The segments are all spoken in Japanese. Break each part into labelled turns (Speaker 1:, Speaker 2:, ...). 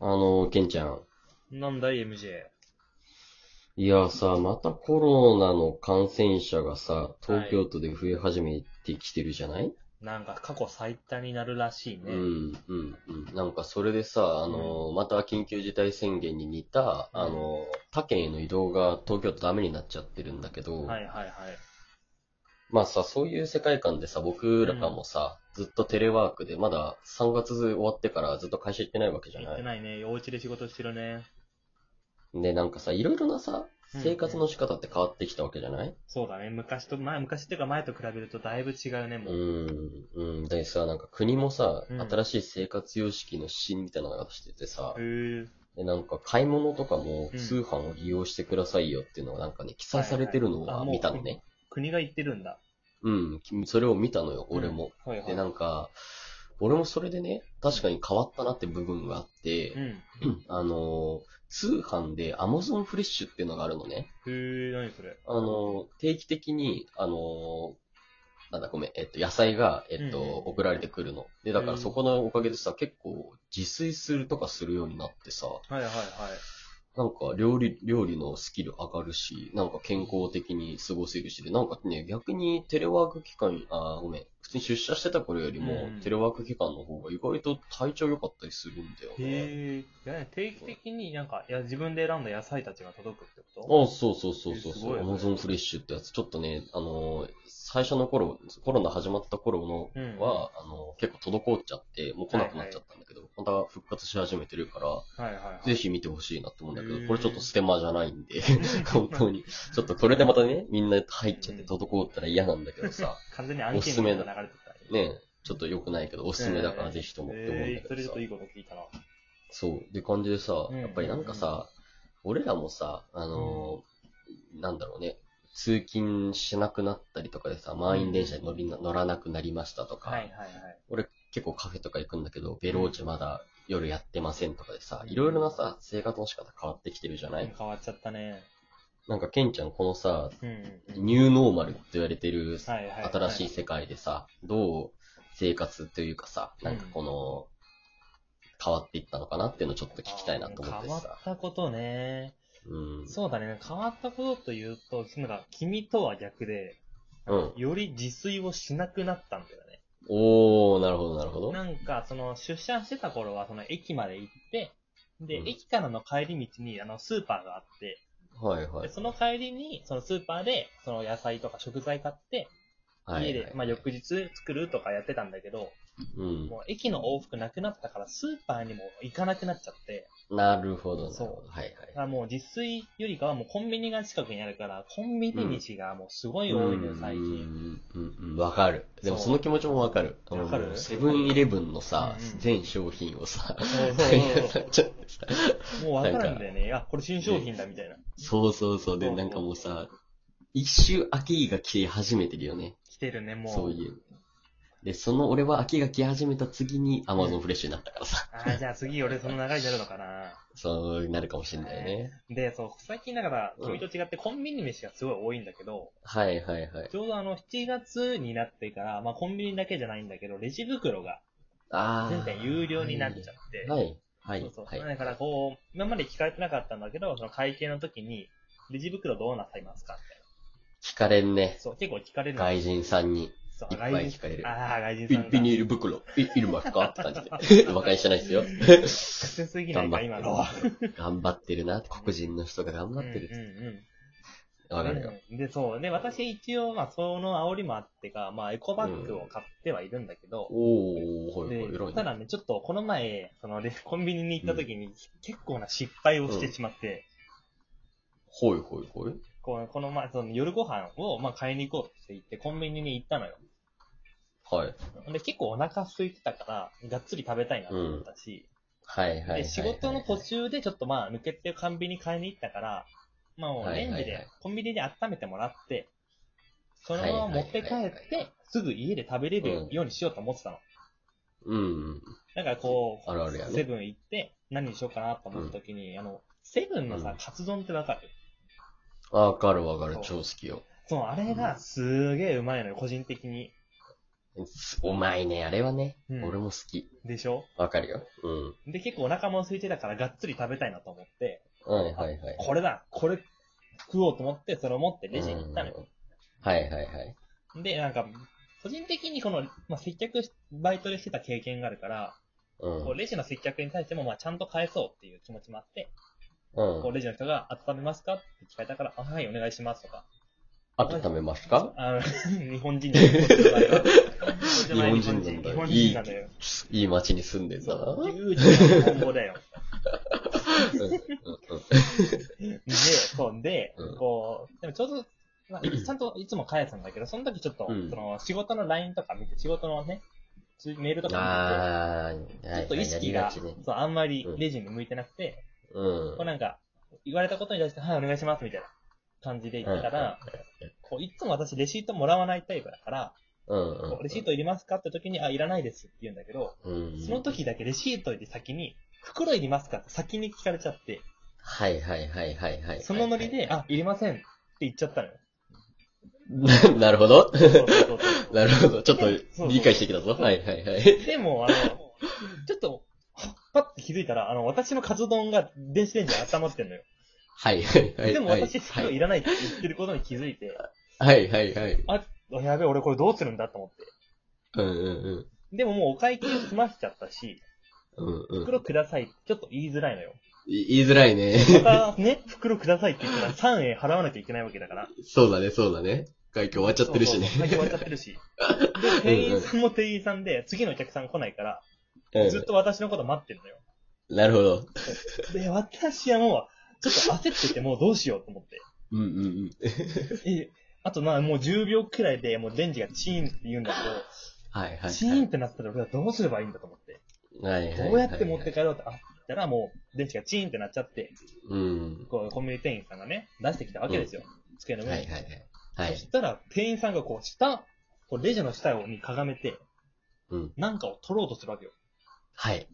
Speaker 1: あの、ケンちゃん。
Speaker 2: なんだい ?MJ。
Speaker 1: いやさ、またコロナの感染者がさ、東京都で増え始めてきてるじゃない、
Speaker 2: なんか過去最多になるらしいね。
Speaker 1: うん、うん、うん。なんかそれでさ、あの、また緊急事態宣言に似た、あの、他県への移動が東京都ダメになっちゃってるんだけど、
Speaker 2: はいはいはい。
Speaker 1: まあさ、そういう世界観でさ、僕らもさ、ずっとテレワークで、まだ3月終わってからずっと会社行ってないわけじゃ
Speaker 2: 行っ
Speaker 1: な
Speaker 2: て
Speaker 1: い。
Speaker 2: ないね。お家で仕事してるね。
Speaker 1: で、なんかさ、いろいろなさ、
Speaker 2: うん
Speaker 1: 生活の仕方って変わってきたわけじゃない
Speaker 2: そうだね。昔と、前、昔っていうか前と比べるとだいぶ違うね、も
Speaker 1: う
Speaker 2: う。
Speaker 1: ん、うん。でさ、なんか国もさ、
Speaker 2: うん
Speaker 1: 新しい生活様式の指針みたいなのが出しててさ、
Speaker 2: へえ。
Speaker 1: で、なんか買い物とかも
Speaker 2: うん
Speaker 1: 通販を利用してくださいよっていうのがなんかね、記載されてるの
Speaker 2: はいはい
Speaker 1: は
Speaker 2: あもう
Speaker 1: 見たのね。
Speaker 2: 国が言ってるんだ。
Speaker 1: うん、きそれを見たのよ、俺も。
Speaker 2: うん。はいはい。
Speaker 1: で、なんか、俺もそれでね、確かに変わったなって部分があって、
Speaker 2: うん。へ
Speaker 1: あのー、通販で Amazon フレッシュっていうのがあるのね。
Speaker 2: え、何それ。
Speaker 1: あのー、定期的に、あのー、なんだごめん、えっと、野菜が、えっと、
Speaker 2: うんうん
Speaker 1: 送られてくるの。で、だからそこのおかげでさ、結構自炊するとかするようになってさ、
Speaker 2: はいはいはい。
Speaker 1: なんか料理、料理のスキル上がるし、なんか健康的に過ごせるしで、なんかね、逆にテレワーク期間、あーごめん、普通に出社してた頃よりも、
Speaker 2: うん
Speaker 1: テレワーク期間の方が意外と体調良かったりするんだよね。
Speaker 2: へえ。いや定期的になんか、いや、自分で選んだ野菜たちが届くってこ
Speaker 1: あそうそうそうそう
Speaker 2: えす
Speaker 1: そ
Speaker 2: ご
Speaker 1: う、
Speaker 2: い
Speaker 1: ア
Speaker 2: よね
Speaker 1: マゾンフレッシュってやつ、ちょっとね、あのー最初の頃、コロナ始まった頃の
Speaker 2: うん
Speaker 1: は、あのー結構滞っちゃって、もう来なくなっちゃったんだけど、また復活し始めてるから、
Speaker 2: とはいはいはい。
Speaker 1: ぜひ見てほしいなって思うんだけ
Speaker 2: へ
Speaker 1: ど、
Speaker 2: ー
Speaker 1: これちょっとステマじゃないんで、本当に。ちょっとこれでまたね、みんな入っちゃって滞ったら嫌なんだけど さ、
Speaker 2: 完全に案件が流れてたらいい。
Speaker 1: ねえ、ちょっと良くないけど、おすすめだからぜひと思って思うん
Speaker 2: へ
Speaker 1: だ
Speaker 2: え、そ
Speaker 1: け
Speaker 2: れ
Speaker 1: ど
Speaker 2: ちょ
Speaker 1: さ
Speaker 2: っとい。いこと聞いたな。
Speaker 1: そう。って感じでさ、
Speaker 2: うん
Speaker 1: やっぱりなんかさ、俺らもさ、あのー、なんだろうね、通勤しなくなったりとかでさ、満員電車に乗りな乗らなくなりましたとか、
Speaker 2: はいはいはい。
Speaker 1: 結構カフェとか行くんだけど、ベローチェまだ夜やってませんとかでさ、いろいろなさ、生活の仕方変わってきてるじゃない、
Speaker 2: 変わっちゃったね。
Speaker 1: なんかケンちゃんこのさ、
Speaker 2: うんうんうん。
Speaker 1: ニューノーマルって言われてる
Speaker 2: はいはいはい。
Speaker 1: 新しい世界でさ、どう生活というかさ、なんかこの、変わっていったのかなっていうのをちょっと聞きたいなと思って
Speaker 2: 変わっ
Speaker 1: さ。
Speaker 2: たことね。
Speaker 1: うん。
Speaker 2: そうだね。変わったことというと、なんか、君とは逆で、
Speaker 1: うん
Speaker 2: より自炊をしなくなったんだよね。
Speaker 1: おー、なるほど、なるほど。
Speaker 2: なんか、その、出社してた頃は、その、駅まで行って、で、
Speaker 1: うん
Speaker 2: 駅からの帰り道に、あの、スーパーがあって、
Speaker 1: はいは
Speaker 2: で
Speaker 1: い。
Speaker 2: その帰りに、そのスーパーで、その野菜とか食材買って、
Speaker 1: はい
Speaker 2: 家で、
Speaker 1: はい
Speaker 2: まあ、翌日作るとかやってたんだけど、
Speaker 1: うん。
Speaker 2: もう駅の往復なくなったから、スーパーにも行かなくなっちゃって、
Speaker 1: なるほど、なる
Speaker 2: そう
Speaker 1: ほど。はい
Speaker 2: だ
Speaker 1: は
Speaker 2: からもう自炊よりかはもうコンビニが近くにあるから、コンビニ飯がもうすご
Speaker 1: い。
Speaker 2: い多いのよ、
Speaker 1: う
Speaker 2: 最近。
Speaker 1: んうんうんうん、わかる。でも
Speaker 2: そう
Speaker 1: その気持ちもわかる。
Speaker 2: わかる
Speaker 1: あのセブンイレブンのさ
Speaker 2: うんうん、
Speaker 1: 全商品をさ、
Speaker 2: そうそうそう そ
Speaker 1: ちょっとさ
Speaker 2: う。もうわかるんだよね。あ、これ新商品だみたいな。
Speaker 1: そうそうそう。で、
Speaker 2: そう
Speaker 1: なんかもうさ、一周秋が来始めてるよね。
Speaker 2: 来てるね、もう。
Speaker 1: そういう。で、その俺は秋が来始めた次に Amazon フレッシュになったからさ。
Speaker 2: あーじゃあ次俺その流れになるのかな。
Speaker 1: そうなるかもしんないね。
Speaker 2: で、そう、最近だから、
Speaker 1: うん
Speaker 2: 君と違ってコンビニ飯がすごい多いんだけど、
Speaker 1: はいはいはい。
Speaker 2: ちょうどあの、7月になってから、まあコンビニだけじゃないんだけど、レジ袋が
Speaker 1: あー。
Speaker 2: 全店有料になっちゃって、
Speaker 1: はい。はい。
Speaker 2: そう
Speaker 1: は
Speaker 2: そ。
Speaker 1: いう
Speaker 2: だからこう、今まで聞かれてなかったんだけど、その会計の時に、レジ袋どうなさいますかみたい
Speaker 1: 聞かれんね
Speaker 2: な。。そう、結構聞かれるの。
Speaker 1: 外人さんに。
Speaker 2: そう
Speaker 1: いっぱい聞かれる
Speaker 2: ああ、外人
Speaker 1: ビ
Speaker 2: さんが。
Speaker 1: ビニール袋、い、いるますかって感 じで。馬鹿にしてないですよ。
Speaker 2: 癖すぎな
Speaker 1: 頑
Speaker 2: い
Speaker 1: 張っ
Speaker 2: か、
Speaker 1: てる
Speaker 2: 今のは。。
Speaker 1: 頑張ってるなって。黒人の人が頑張って
Speaker 2: う
Speaker 1: る。
Speaker 2: んうんうん
Speaker 1: わかるよ。
Speaker 2: うんで、そう。で、私一応、まあ、その煽りもあってか、まあ、エコバッグを買ってはいるんだけど、
Speaker 1: おー、はい
Speaker 2: で
Speaker 1: はい、偉い
Speaker 2: た
Speaker 1: ね。
Speaker 2: だね、ちょっとこの前、そのレコンビニに行った時に、結構な失敗をしてしまって、
Speaker 1: ほいほいほい。
Speaker 2: こうこの前、その夜ご飯を、まあ、買いに行こうって言って、コンビニに行ったのよ。
Speaker 1: はい。
Speaker 2: で、結構お腹空いてたから、がっつり食べたいなと思ったし、
Speaker 1: はいはいはいはい。
Speaker 2: で、仕事の途中でちょっとまあ、抜けてコンビニ買いに行ったから、まあ、もうレンジ
Speaker 1: はいはいはい
Speaker 2: で、コンビニで温めてもらって、そのまま持って帰
Speaker 1: はいはい
Speaker 2: っ
Speaker 1: はいはい
Speaker 2: て、すぐ家で食べれ
Speaker 1: うん
Speaker 2: るようにしようと思ってたの。
Speaker 1: うん。
Speaker 2: だからこう、
Speaker 1: あるあるやね
Speaker 2: セブン行って、何にしようかなと思った時に、あの、セブンの
Speaker 1: うん
Speaker 2: さ、カツ丼ってわかる
Speaker 1: わかるわかる
Speaker 2: そ、う
Speaker 1: 超好きよ。
Speaker 2: そう、あれがすげえうまいのよ、個人的に。
Speaker 1: えすうまいね、あれはね。
Speaker 2: うん
Speaker 1: 俺も好き。
Speaker 2: でしょ
Speaker 1: わかるよ。うん。
Speaker 2: で、結構お腹も空いてたから、がっつり食べたいなと思って、
Speaker 1: はいはいはい。
Speaker 2: これだこれ食おうと思って、それを持ってレジに行ったのよ。
Speaker 1: うんはいはいはい。
Speaker 2: で、なんか、個人的にこの、まあ、接客し、バイトでしてた経験があるから、
Speaker 1: うん。
Speaker 2: こうレジの接客に対しても、まあ、ちゃんと返そうっていう気持ちもあって、
Speaker 1: うん
Speaker 2: こうレジの人が温めますかって聞かれたから、あはい、お願いしますとか。
Speaker 1: 温めますか
Speaker 2: あの 日本人じゃない
Speaker 1: 日本人なんだ
Speaker 2: 日
Speaker 1: よ
Speaker 2: 本人なんだよ。
Speaker 1: いい街に住んでん
Speaker 2: そ
Speaker 1: だな。
Speaker 2: う。
Speaker 1: うん
Speaker 2: ユージの日本 語だよ。
Speaker 1: うん
Speaker 2: で、そう、で
Speaker 1: うん、
Speaker 2: こう、でもちょうど、まあ、ちゃんといつも返すんだけど、その時ちょっと、
Speaker 1: うん
Speaker 2: その仕事の LINE とか見て、仕事のね、つメールとか
Speaker 1: あ
Speaker 2: 見
Speaker 1: ー、
Speaker 2: て、
Speaker 1: は
Speaker 2: ち
Speaker 1: い
Speaker 2: ょっと意識
Speaker 1: や
Speaker 2: が、
Speaker 1: りちね
Speaker 2: そう、あんまりレジに向いてなくて、
Speaker 1: うん
Speaker 2: こう。なんか、言われたことに対して、はい、お願いします、みたいな感じで言ったら、こう、いつも私、レシートもらわないタイプだから、
Speaker 1: うん
Speaker 2: こうレシー
Speaker 1: う
Speaker 2: トいりますかって時に、あ、いらないですって言うんだけど、
Speaker 1: ん。うん。
Speaker 2: その時だけレシートより先に、袋いりますかって先に聞かれちゃって、
Speaker 1: はいはいはいはいはい。
Speaker 2: そのノリで、あ、いりませんって言っち ゃったのよ。
Speaker 1: な なるほど。
Speaker 2: そうそうそうそう
Speaker 1: なるほど。ちょっと理解してきたぞ。
Speaker 2: そう
Speaker 1: はいはいはい。
Speaker 2: でも、あの、ちょっと、パッて気づいたら、あの、私のカツ丼が電子レンジに温まってんのよ。
Speaker 1: はいはいはい。
Speaker 2: でも
Speaker 1: はい
Speaker 2: 私、袋いらないって言ってることに気づいて、
Speaker 1: はいはいはい。
Speaker 2: あ、やべえ、俺これどうするんだと思って。
Speaker 1: うんうん
Speaker 2: でももうお会計済ませちゃったし、
Speaker 1: うん。うんうん。
Speaker 2: 袋くださいってちょっと言いづらいの よ。
Speaker 1: い言いづらいね。
Speaker 2: またね、袋くださいって言ったら3円払わなきゃいけないわけだから。
Speaker 1: そうだね、そうだね。外境終わっちゃってるしね。
Speaker 2: そうそうそう会計終わっちゃってるし。で、店員さんも店員さんで、次のお客さん来ないから、ずっと私のこと待ってるのよ。
Speaker 1: うんなるほど。
Speaker 2: で、私はもう、ちょっと焦ってて、もうどうしようと思って。
Speaker 1: うんうんうん。
Speaker 2: え、あとな、もう10秒くらいで、もうレンジがチーンって言うんだけ
Speaker 1: はいはいは
Speaker 2: ど、
Speaker 1: い。
Speaker 2: チーンってなったら俺はどうすればいいんだと思って。
Speaker 1: はいはいはいはい
Speaker 2: どうやって持って帰ろうと、あ、ったらもう、電池がチーンってなっちゃって、
Speaker 1: うん。
Speaker 2: こう、コンビニ店員さんがね、出してきたわけですよ。机の
Speaker 1: は
Speaker 2: 上
Speaker 1: い
Speaker 2: に。
Speaker 1: はいはい。は
Speaker 2: そ
Speaker 1: い。
Speaker 2: したら、店員さんがこう、下、こうレジの下にかがめて、
Speaker 1: うん。
Speaker 2: なんかを取ろうとするわけよ。
Speaker 1: はい。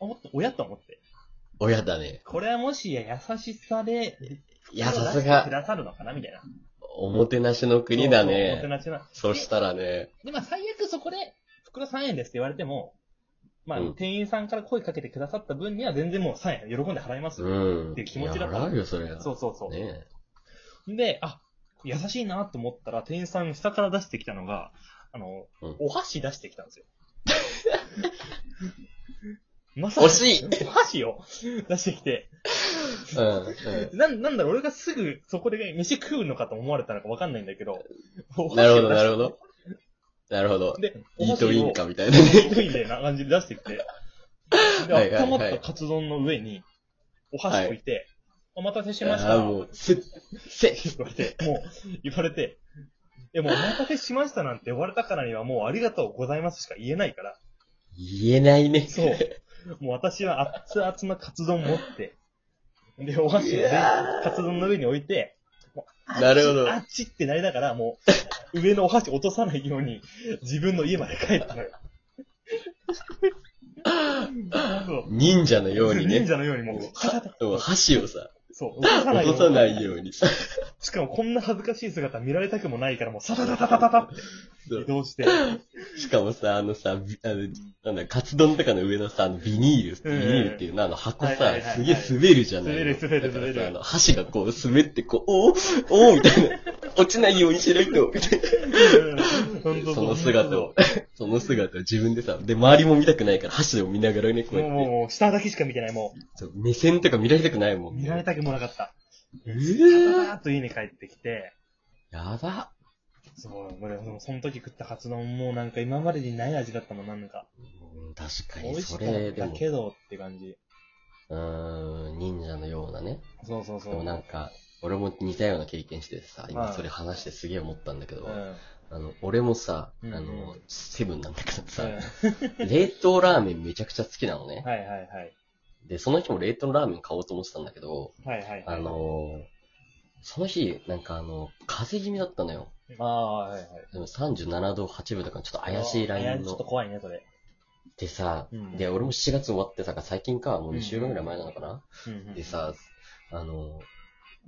Speaker 2: おっと、親と思って。
Speaker 1: 親だね。
Speaker 2: これはもしや優しさで、
Speaker 1: いや、さす
Speaker 2: く
Speaker 1: が、
Speaker 2: ださるのかなみたいな。
Speaker 1: おもてなしの国だ
Speaker 2: そうそうおもて
Speaker 1: ね。
Speaker 2: なしな。
Speaker 1: そしたらね、
Speaker 2: で、まあ、最悪そこで、袋3円ですって言われても、まあ、
Speaker 1: うん
Speaker 2: 店員さんから声かけてくださった分には全然もう3円喜んで払いますよ。
Speaker 1: うん。
Speaker 2: っていう気持ちだった
Speaker 1: や払うよ、それは。
Speaker 2: そうそうそう。
Speaker 1: ね
Speaker 2: で、あ、優しいなと思ったら、店員さん下から出してきたのが、あの、
Speaker 1: うん
Speaker 2: お箸出してき たんですよ。まさに
Speaker 1: 惜しい
Speaker 2: お箸を出してきて、
Speaker 1: うん。うん
Speaker 2: なん、なんだろう、俺がすぐそこで飯食うのかと思われたのかわかんないんだけど、お
Speaker 1: なるほ
Speaker 2: を
Speaker 1: ど、
Speaker 2: 出
Speaker 1: な
Speaker 2: し
Speaker 1: るほど。なるほど。
Speaker 2: で、
Speaker 1: イートインかみたいな
Speaker 2: お
Speaker 1: ね。
Speaker 2: 箸を。イートインみたいな感じで出してきて、
Speaker 1: はいはい
Speaker 2: で、
Speaker 1: はい
Speaker 2: 温まったカツ丼の上に、お箸置いて、お待たせしました。
Speaker 1: あーもう、せ、せ、
Speaker 2: 言われて、もう、言われて、え、もうお待たせしましたなんて言われたからにはもうありがとうございますしか言えないから、
Speaker 1: 言えないね。
Speaker 2: そう。もう私は熱々なカツ丼持って、で、お箸を
Speaker 1: い
Speaker 2: ね
Speaker 1: や
Speaker 2: カツ丼の上に置いて、
Speaker 1: なるほど。
Speaker 2: あっちってなりながら、もう、上のお箸落とさないように、自分の家まで帰ったのよ。そう
Speaker 1: 忍者のようにね
Speaker 2: 忍。者のようにもう、カチャッと
Speaker 1: うん箸をさ、
Speaker 2: そう、落とさない
Speaker 1: 落
Speaker 2: よ
Speaker 1: とさ
Speaker 2: うに。
Speaker 1: ないようにさ。
Speaker 2: しかもこんな恥ずかしい姿見られたくもないから、もう、サタタタタタタって
Speaker 1: そう
Speaker 2: 移動して、
Speaker 1: しかもさ、あのさ、びあの、なんだ、カツ丼とかの上のさ、あのビニール、ビ
Speaker 2: うん
Speaker 1: ニールっていうの、あの箱
Speaker 2: はいはいは
Speaker 1: さ
Speaker 2: いは、い
Speaker 1: すげえ滑るじゃない
Speaker 2: 滑る滑る滑る
Speaker 1: だからさあの、箸がこう滑って、こう、おーおーみたいな。落ちないようにしないと、みたい
Speaker 2: 本
Speaker 1: な。
Speaker 2: 当
Speaker 1: その姿を。、その姿を自分でさ、で、周りも見たくないから、箸を見ながらね、こ
Speaker 2: も
Speaker 1: う
Speaker 2: う
Speaker 1: やっ
Speaker 2: もう
Speaker 1: て
Speaker 2: もう、下だけしか見てない、も
Speaker 1: そう、目線とか見られたくないも
Speaker 2: う、
Speaker 1: ん。
Speaker 2: 見られたくもなかった。
Speaker 1: う
Speaker 2: ダダ
Speaker 1: ー
Speaker 2: ーっと家に帰ってきて、
Speaker 1: やば。
Speaker 2: そう、俺、もうその時食ったカツ丼もうなんか今までにない味だったもん、なんか。
Speaker 1: うん確か
Speaker 2: 美
Speaker 1: に、
Speaker 2: 味し
Speaker 1: そ
Speaker 2: か
Speaker 1: れで
Speaker 2: った
Speaker 1: も、
Speaker 2: けどって感じ。
Speaker 1: うーん、忍者のようなね。
Speaker 2: そうそうそ
Speaker 1: でも
Speaker 2: う。
Speaker 1: なんか、俺も似たような経験しててさ、
Speaker 2: は
Speaker 1: 今
Speaker 2: い
Speaker 1: それ話してすげえ思ったんだけど、
Speaker 2: うん。
Speaker 1: あの、俺もさ、
Speaker 2: うん
Speaker 1: あの、セブンなんだけどさ、
Speaker 2: うん
Speaker 1: 冷凍ラーメンめちゃくちゃ好きなのね。
Speaker 2: はいはいはい。
Speaker 1: で、その日も冷凍ラーメン買おうと思ってたんだけど、
Speaker 2: はいはいはい。
Speaker 1: あのーその日、なんかあの、風邪気味だったのよ。
Speaker 2: ああ、はいはい。
Speaker 1: でも37度8分だからちょっと怪しいライン
Speaker 2: 怪しちょっと
Speaker 1: の。
Speaker 2: 怖いね、それ。
Speaker 1: でさ、
Speaker 2: うん
Speaker 1: で、俺も7月終わってたから最近か、もう2週間ぐらい前なのかな、
Speaker 2: うんうん
Speaker 1: でさ、あの、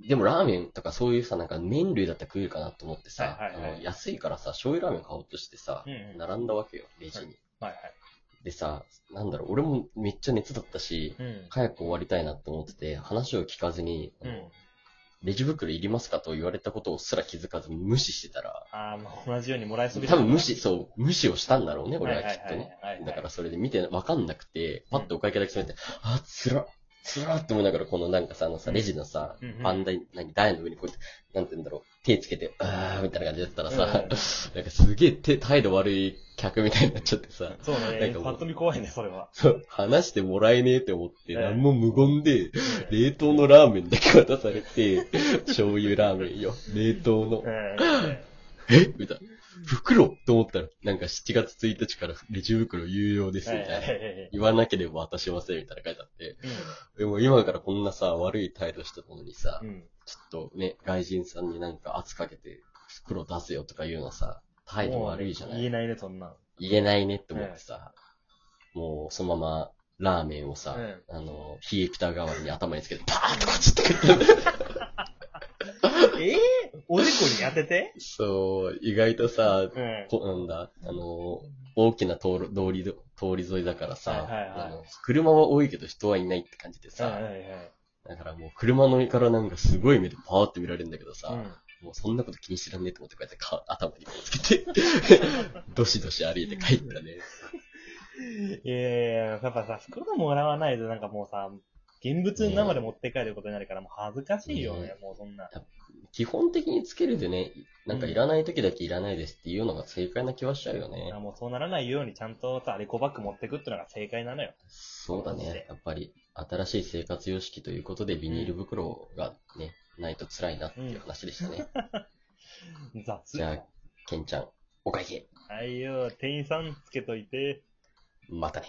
Speaker 1: でもラーメンとかそういうさ、なんか麺類だったら食えるかなと思ってさ、
Speaker 2: はいはいはい
Speaker 1: あの安いからさ、醤油ラーメン買おうとしてさ、
Speaker 2: うんうん。はい
Speaker 1: 並んだわけよ、レジに。
Speaker 2: はい。
Speaker 1: でさ、なんだろう、俺もめっちゃ熱だったし、
Speaker 2: うん。
Speaker 1: 早く終わりたいなと思ってて、話を聞かずに、
Speaker 2: うん。
Speaker 1: レジ袋いりますかと言われたことをすら気づかず無視してたら、
Speaker 2: ああ、もう同じようにもらいすぎ
Speaker 1: 多分無視、そう、無視をしたんだろうね、俺はきっとね。。
Speaker 2: はいはいはいはいはい
Speaker 1: だからそれで見てわかんなくて、パッとお会計だけ詰めて、あ、つらっ、つらっって思いながら、このなんかさ、あのさ、レジのさ
Speaker 2: うんうん、
Speaker 1: パンダ、何、台の上にこうやって、なんて言うんだろう、手つけて、あーみたいな感じでやったらさ、
Speaker 2: うんうん
Speaker 1: なんかすげえ手、態度悪い客みたいになっちゃってさ、
Speaker 2: そう
Speaker 1: なん
Speaker 2: ね。
Speaker 1: かもう
Speaker 2: パッと見怖いね、それは。
Speaker 1: そう、話してもらえねえって思って、
Speaker 2: うん
Speaker 1: なんも無言で、
Speaker 2: うん
Speaker 1: 冷凍のラーメンだけ渡されて、醤油ラーメンよ、冷凍の
Speaker 2: う。ん。
Speaker 1: えみたいな。袋と思ったら、なんか7月1日からレジ袋有料です、み
Speaker 2: はい
Speaker 1: たいな。
Speaker 2: はい
Speaker 1: 言わなければ渡しません、みたいな書いてあって。でも今からこんなさ、悪い態度してたのにさ
Speaker 2: う、ん。
Speaker 1: ちょっとね、外人さんになんか圧かけて、袋出せよとか言うのさ、態度悪いじゃな
Speaker 2: 言え
Speaker 1: い
Speaker 2: ないね、そんなの。
Speaker 1: 言えないねって思ってさ、もうそのままラーメンをさ、
Speaker 2: うん
Speaker 1: あの、冷えピタ代わりに頭につけて、パーンとこっちって食ったんだ よ
Speaker 2: ええおでこに当てて
Speaker 1: そう、意外とさ、
Speaker 2: うん。
Speaker 1: こなんだ、あの、大きな通る通りど、通り沿いだからさ、
Speaker 2: はいはいはい
Speaker 1: あの車は多いけど人はいないって感じで
Speaker 2: うんはい
Speaker 1: さ、
Speaker 2: はいはい
Speaker 1: だからもう車の上からなんかすごい目でパーって見られるんだけどさ、
Speaker 2: うん
Speaker 1: もうそんなこと気にしてらんねえと思ってこうやってか頭にこうつけて、どしどし歩いて帰ったね。
Speaker 2: いやいやいや、やっぱさ、袋もらわないとなんかもうさ、現物に生で持って帰ることになるから、もう恥ずかしいよね、もうそんな。
Speaker 1: 基本的につけるでね、なんかいらない時だけいらないですっていうのが正解な気はしちゃうよね。
Speaker 2: あもうそうならないようにちゃんとさ、エコバッグ持ってくってのが正解なのよ。
Speaker 1: そうだ
Speaker 2: マジで
Speaker 1: ね。やっぱり新しい生活様式ということでビニール袋がね、ないと辛いなっていう話でしたね。
Speaker 2: 雑。
Speaker 1: じゃあ、ケンちゃん、お会計、
Speaker 2: はいよ、店員さんつけといて。
Speaker 1: またね。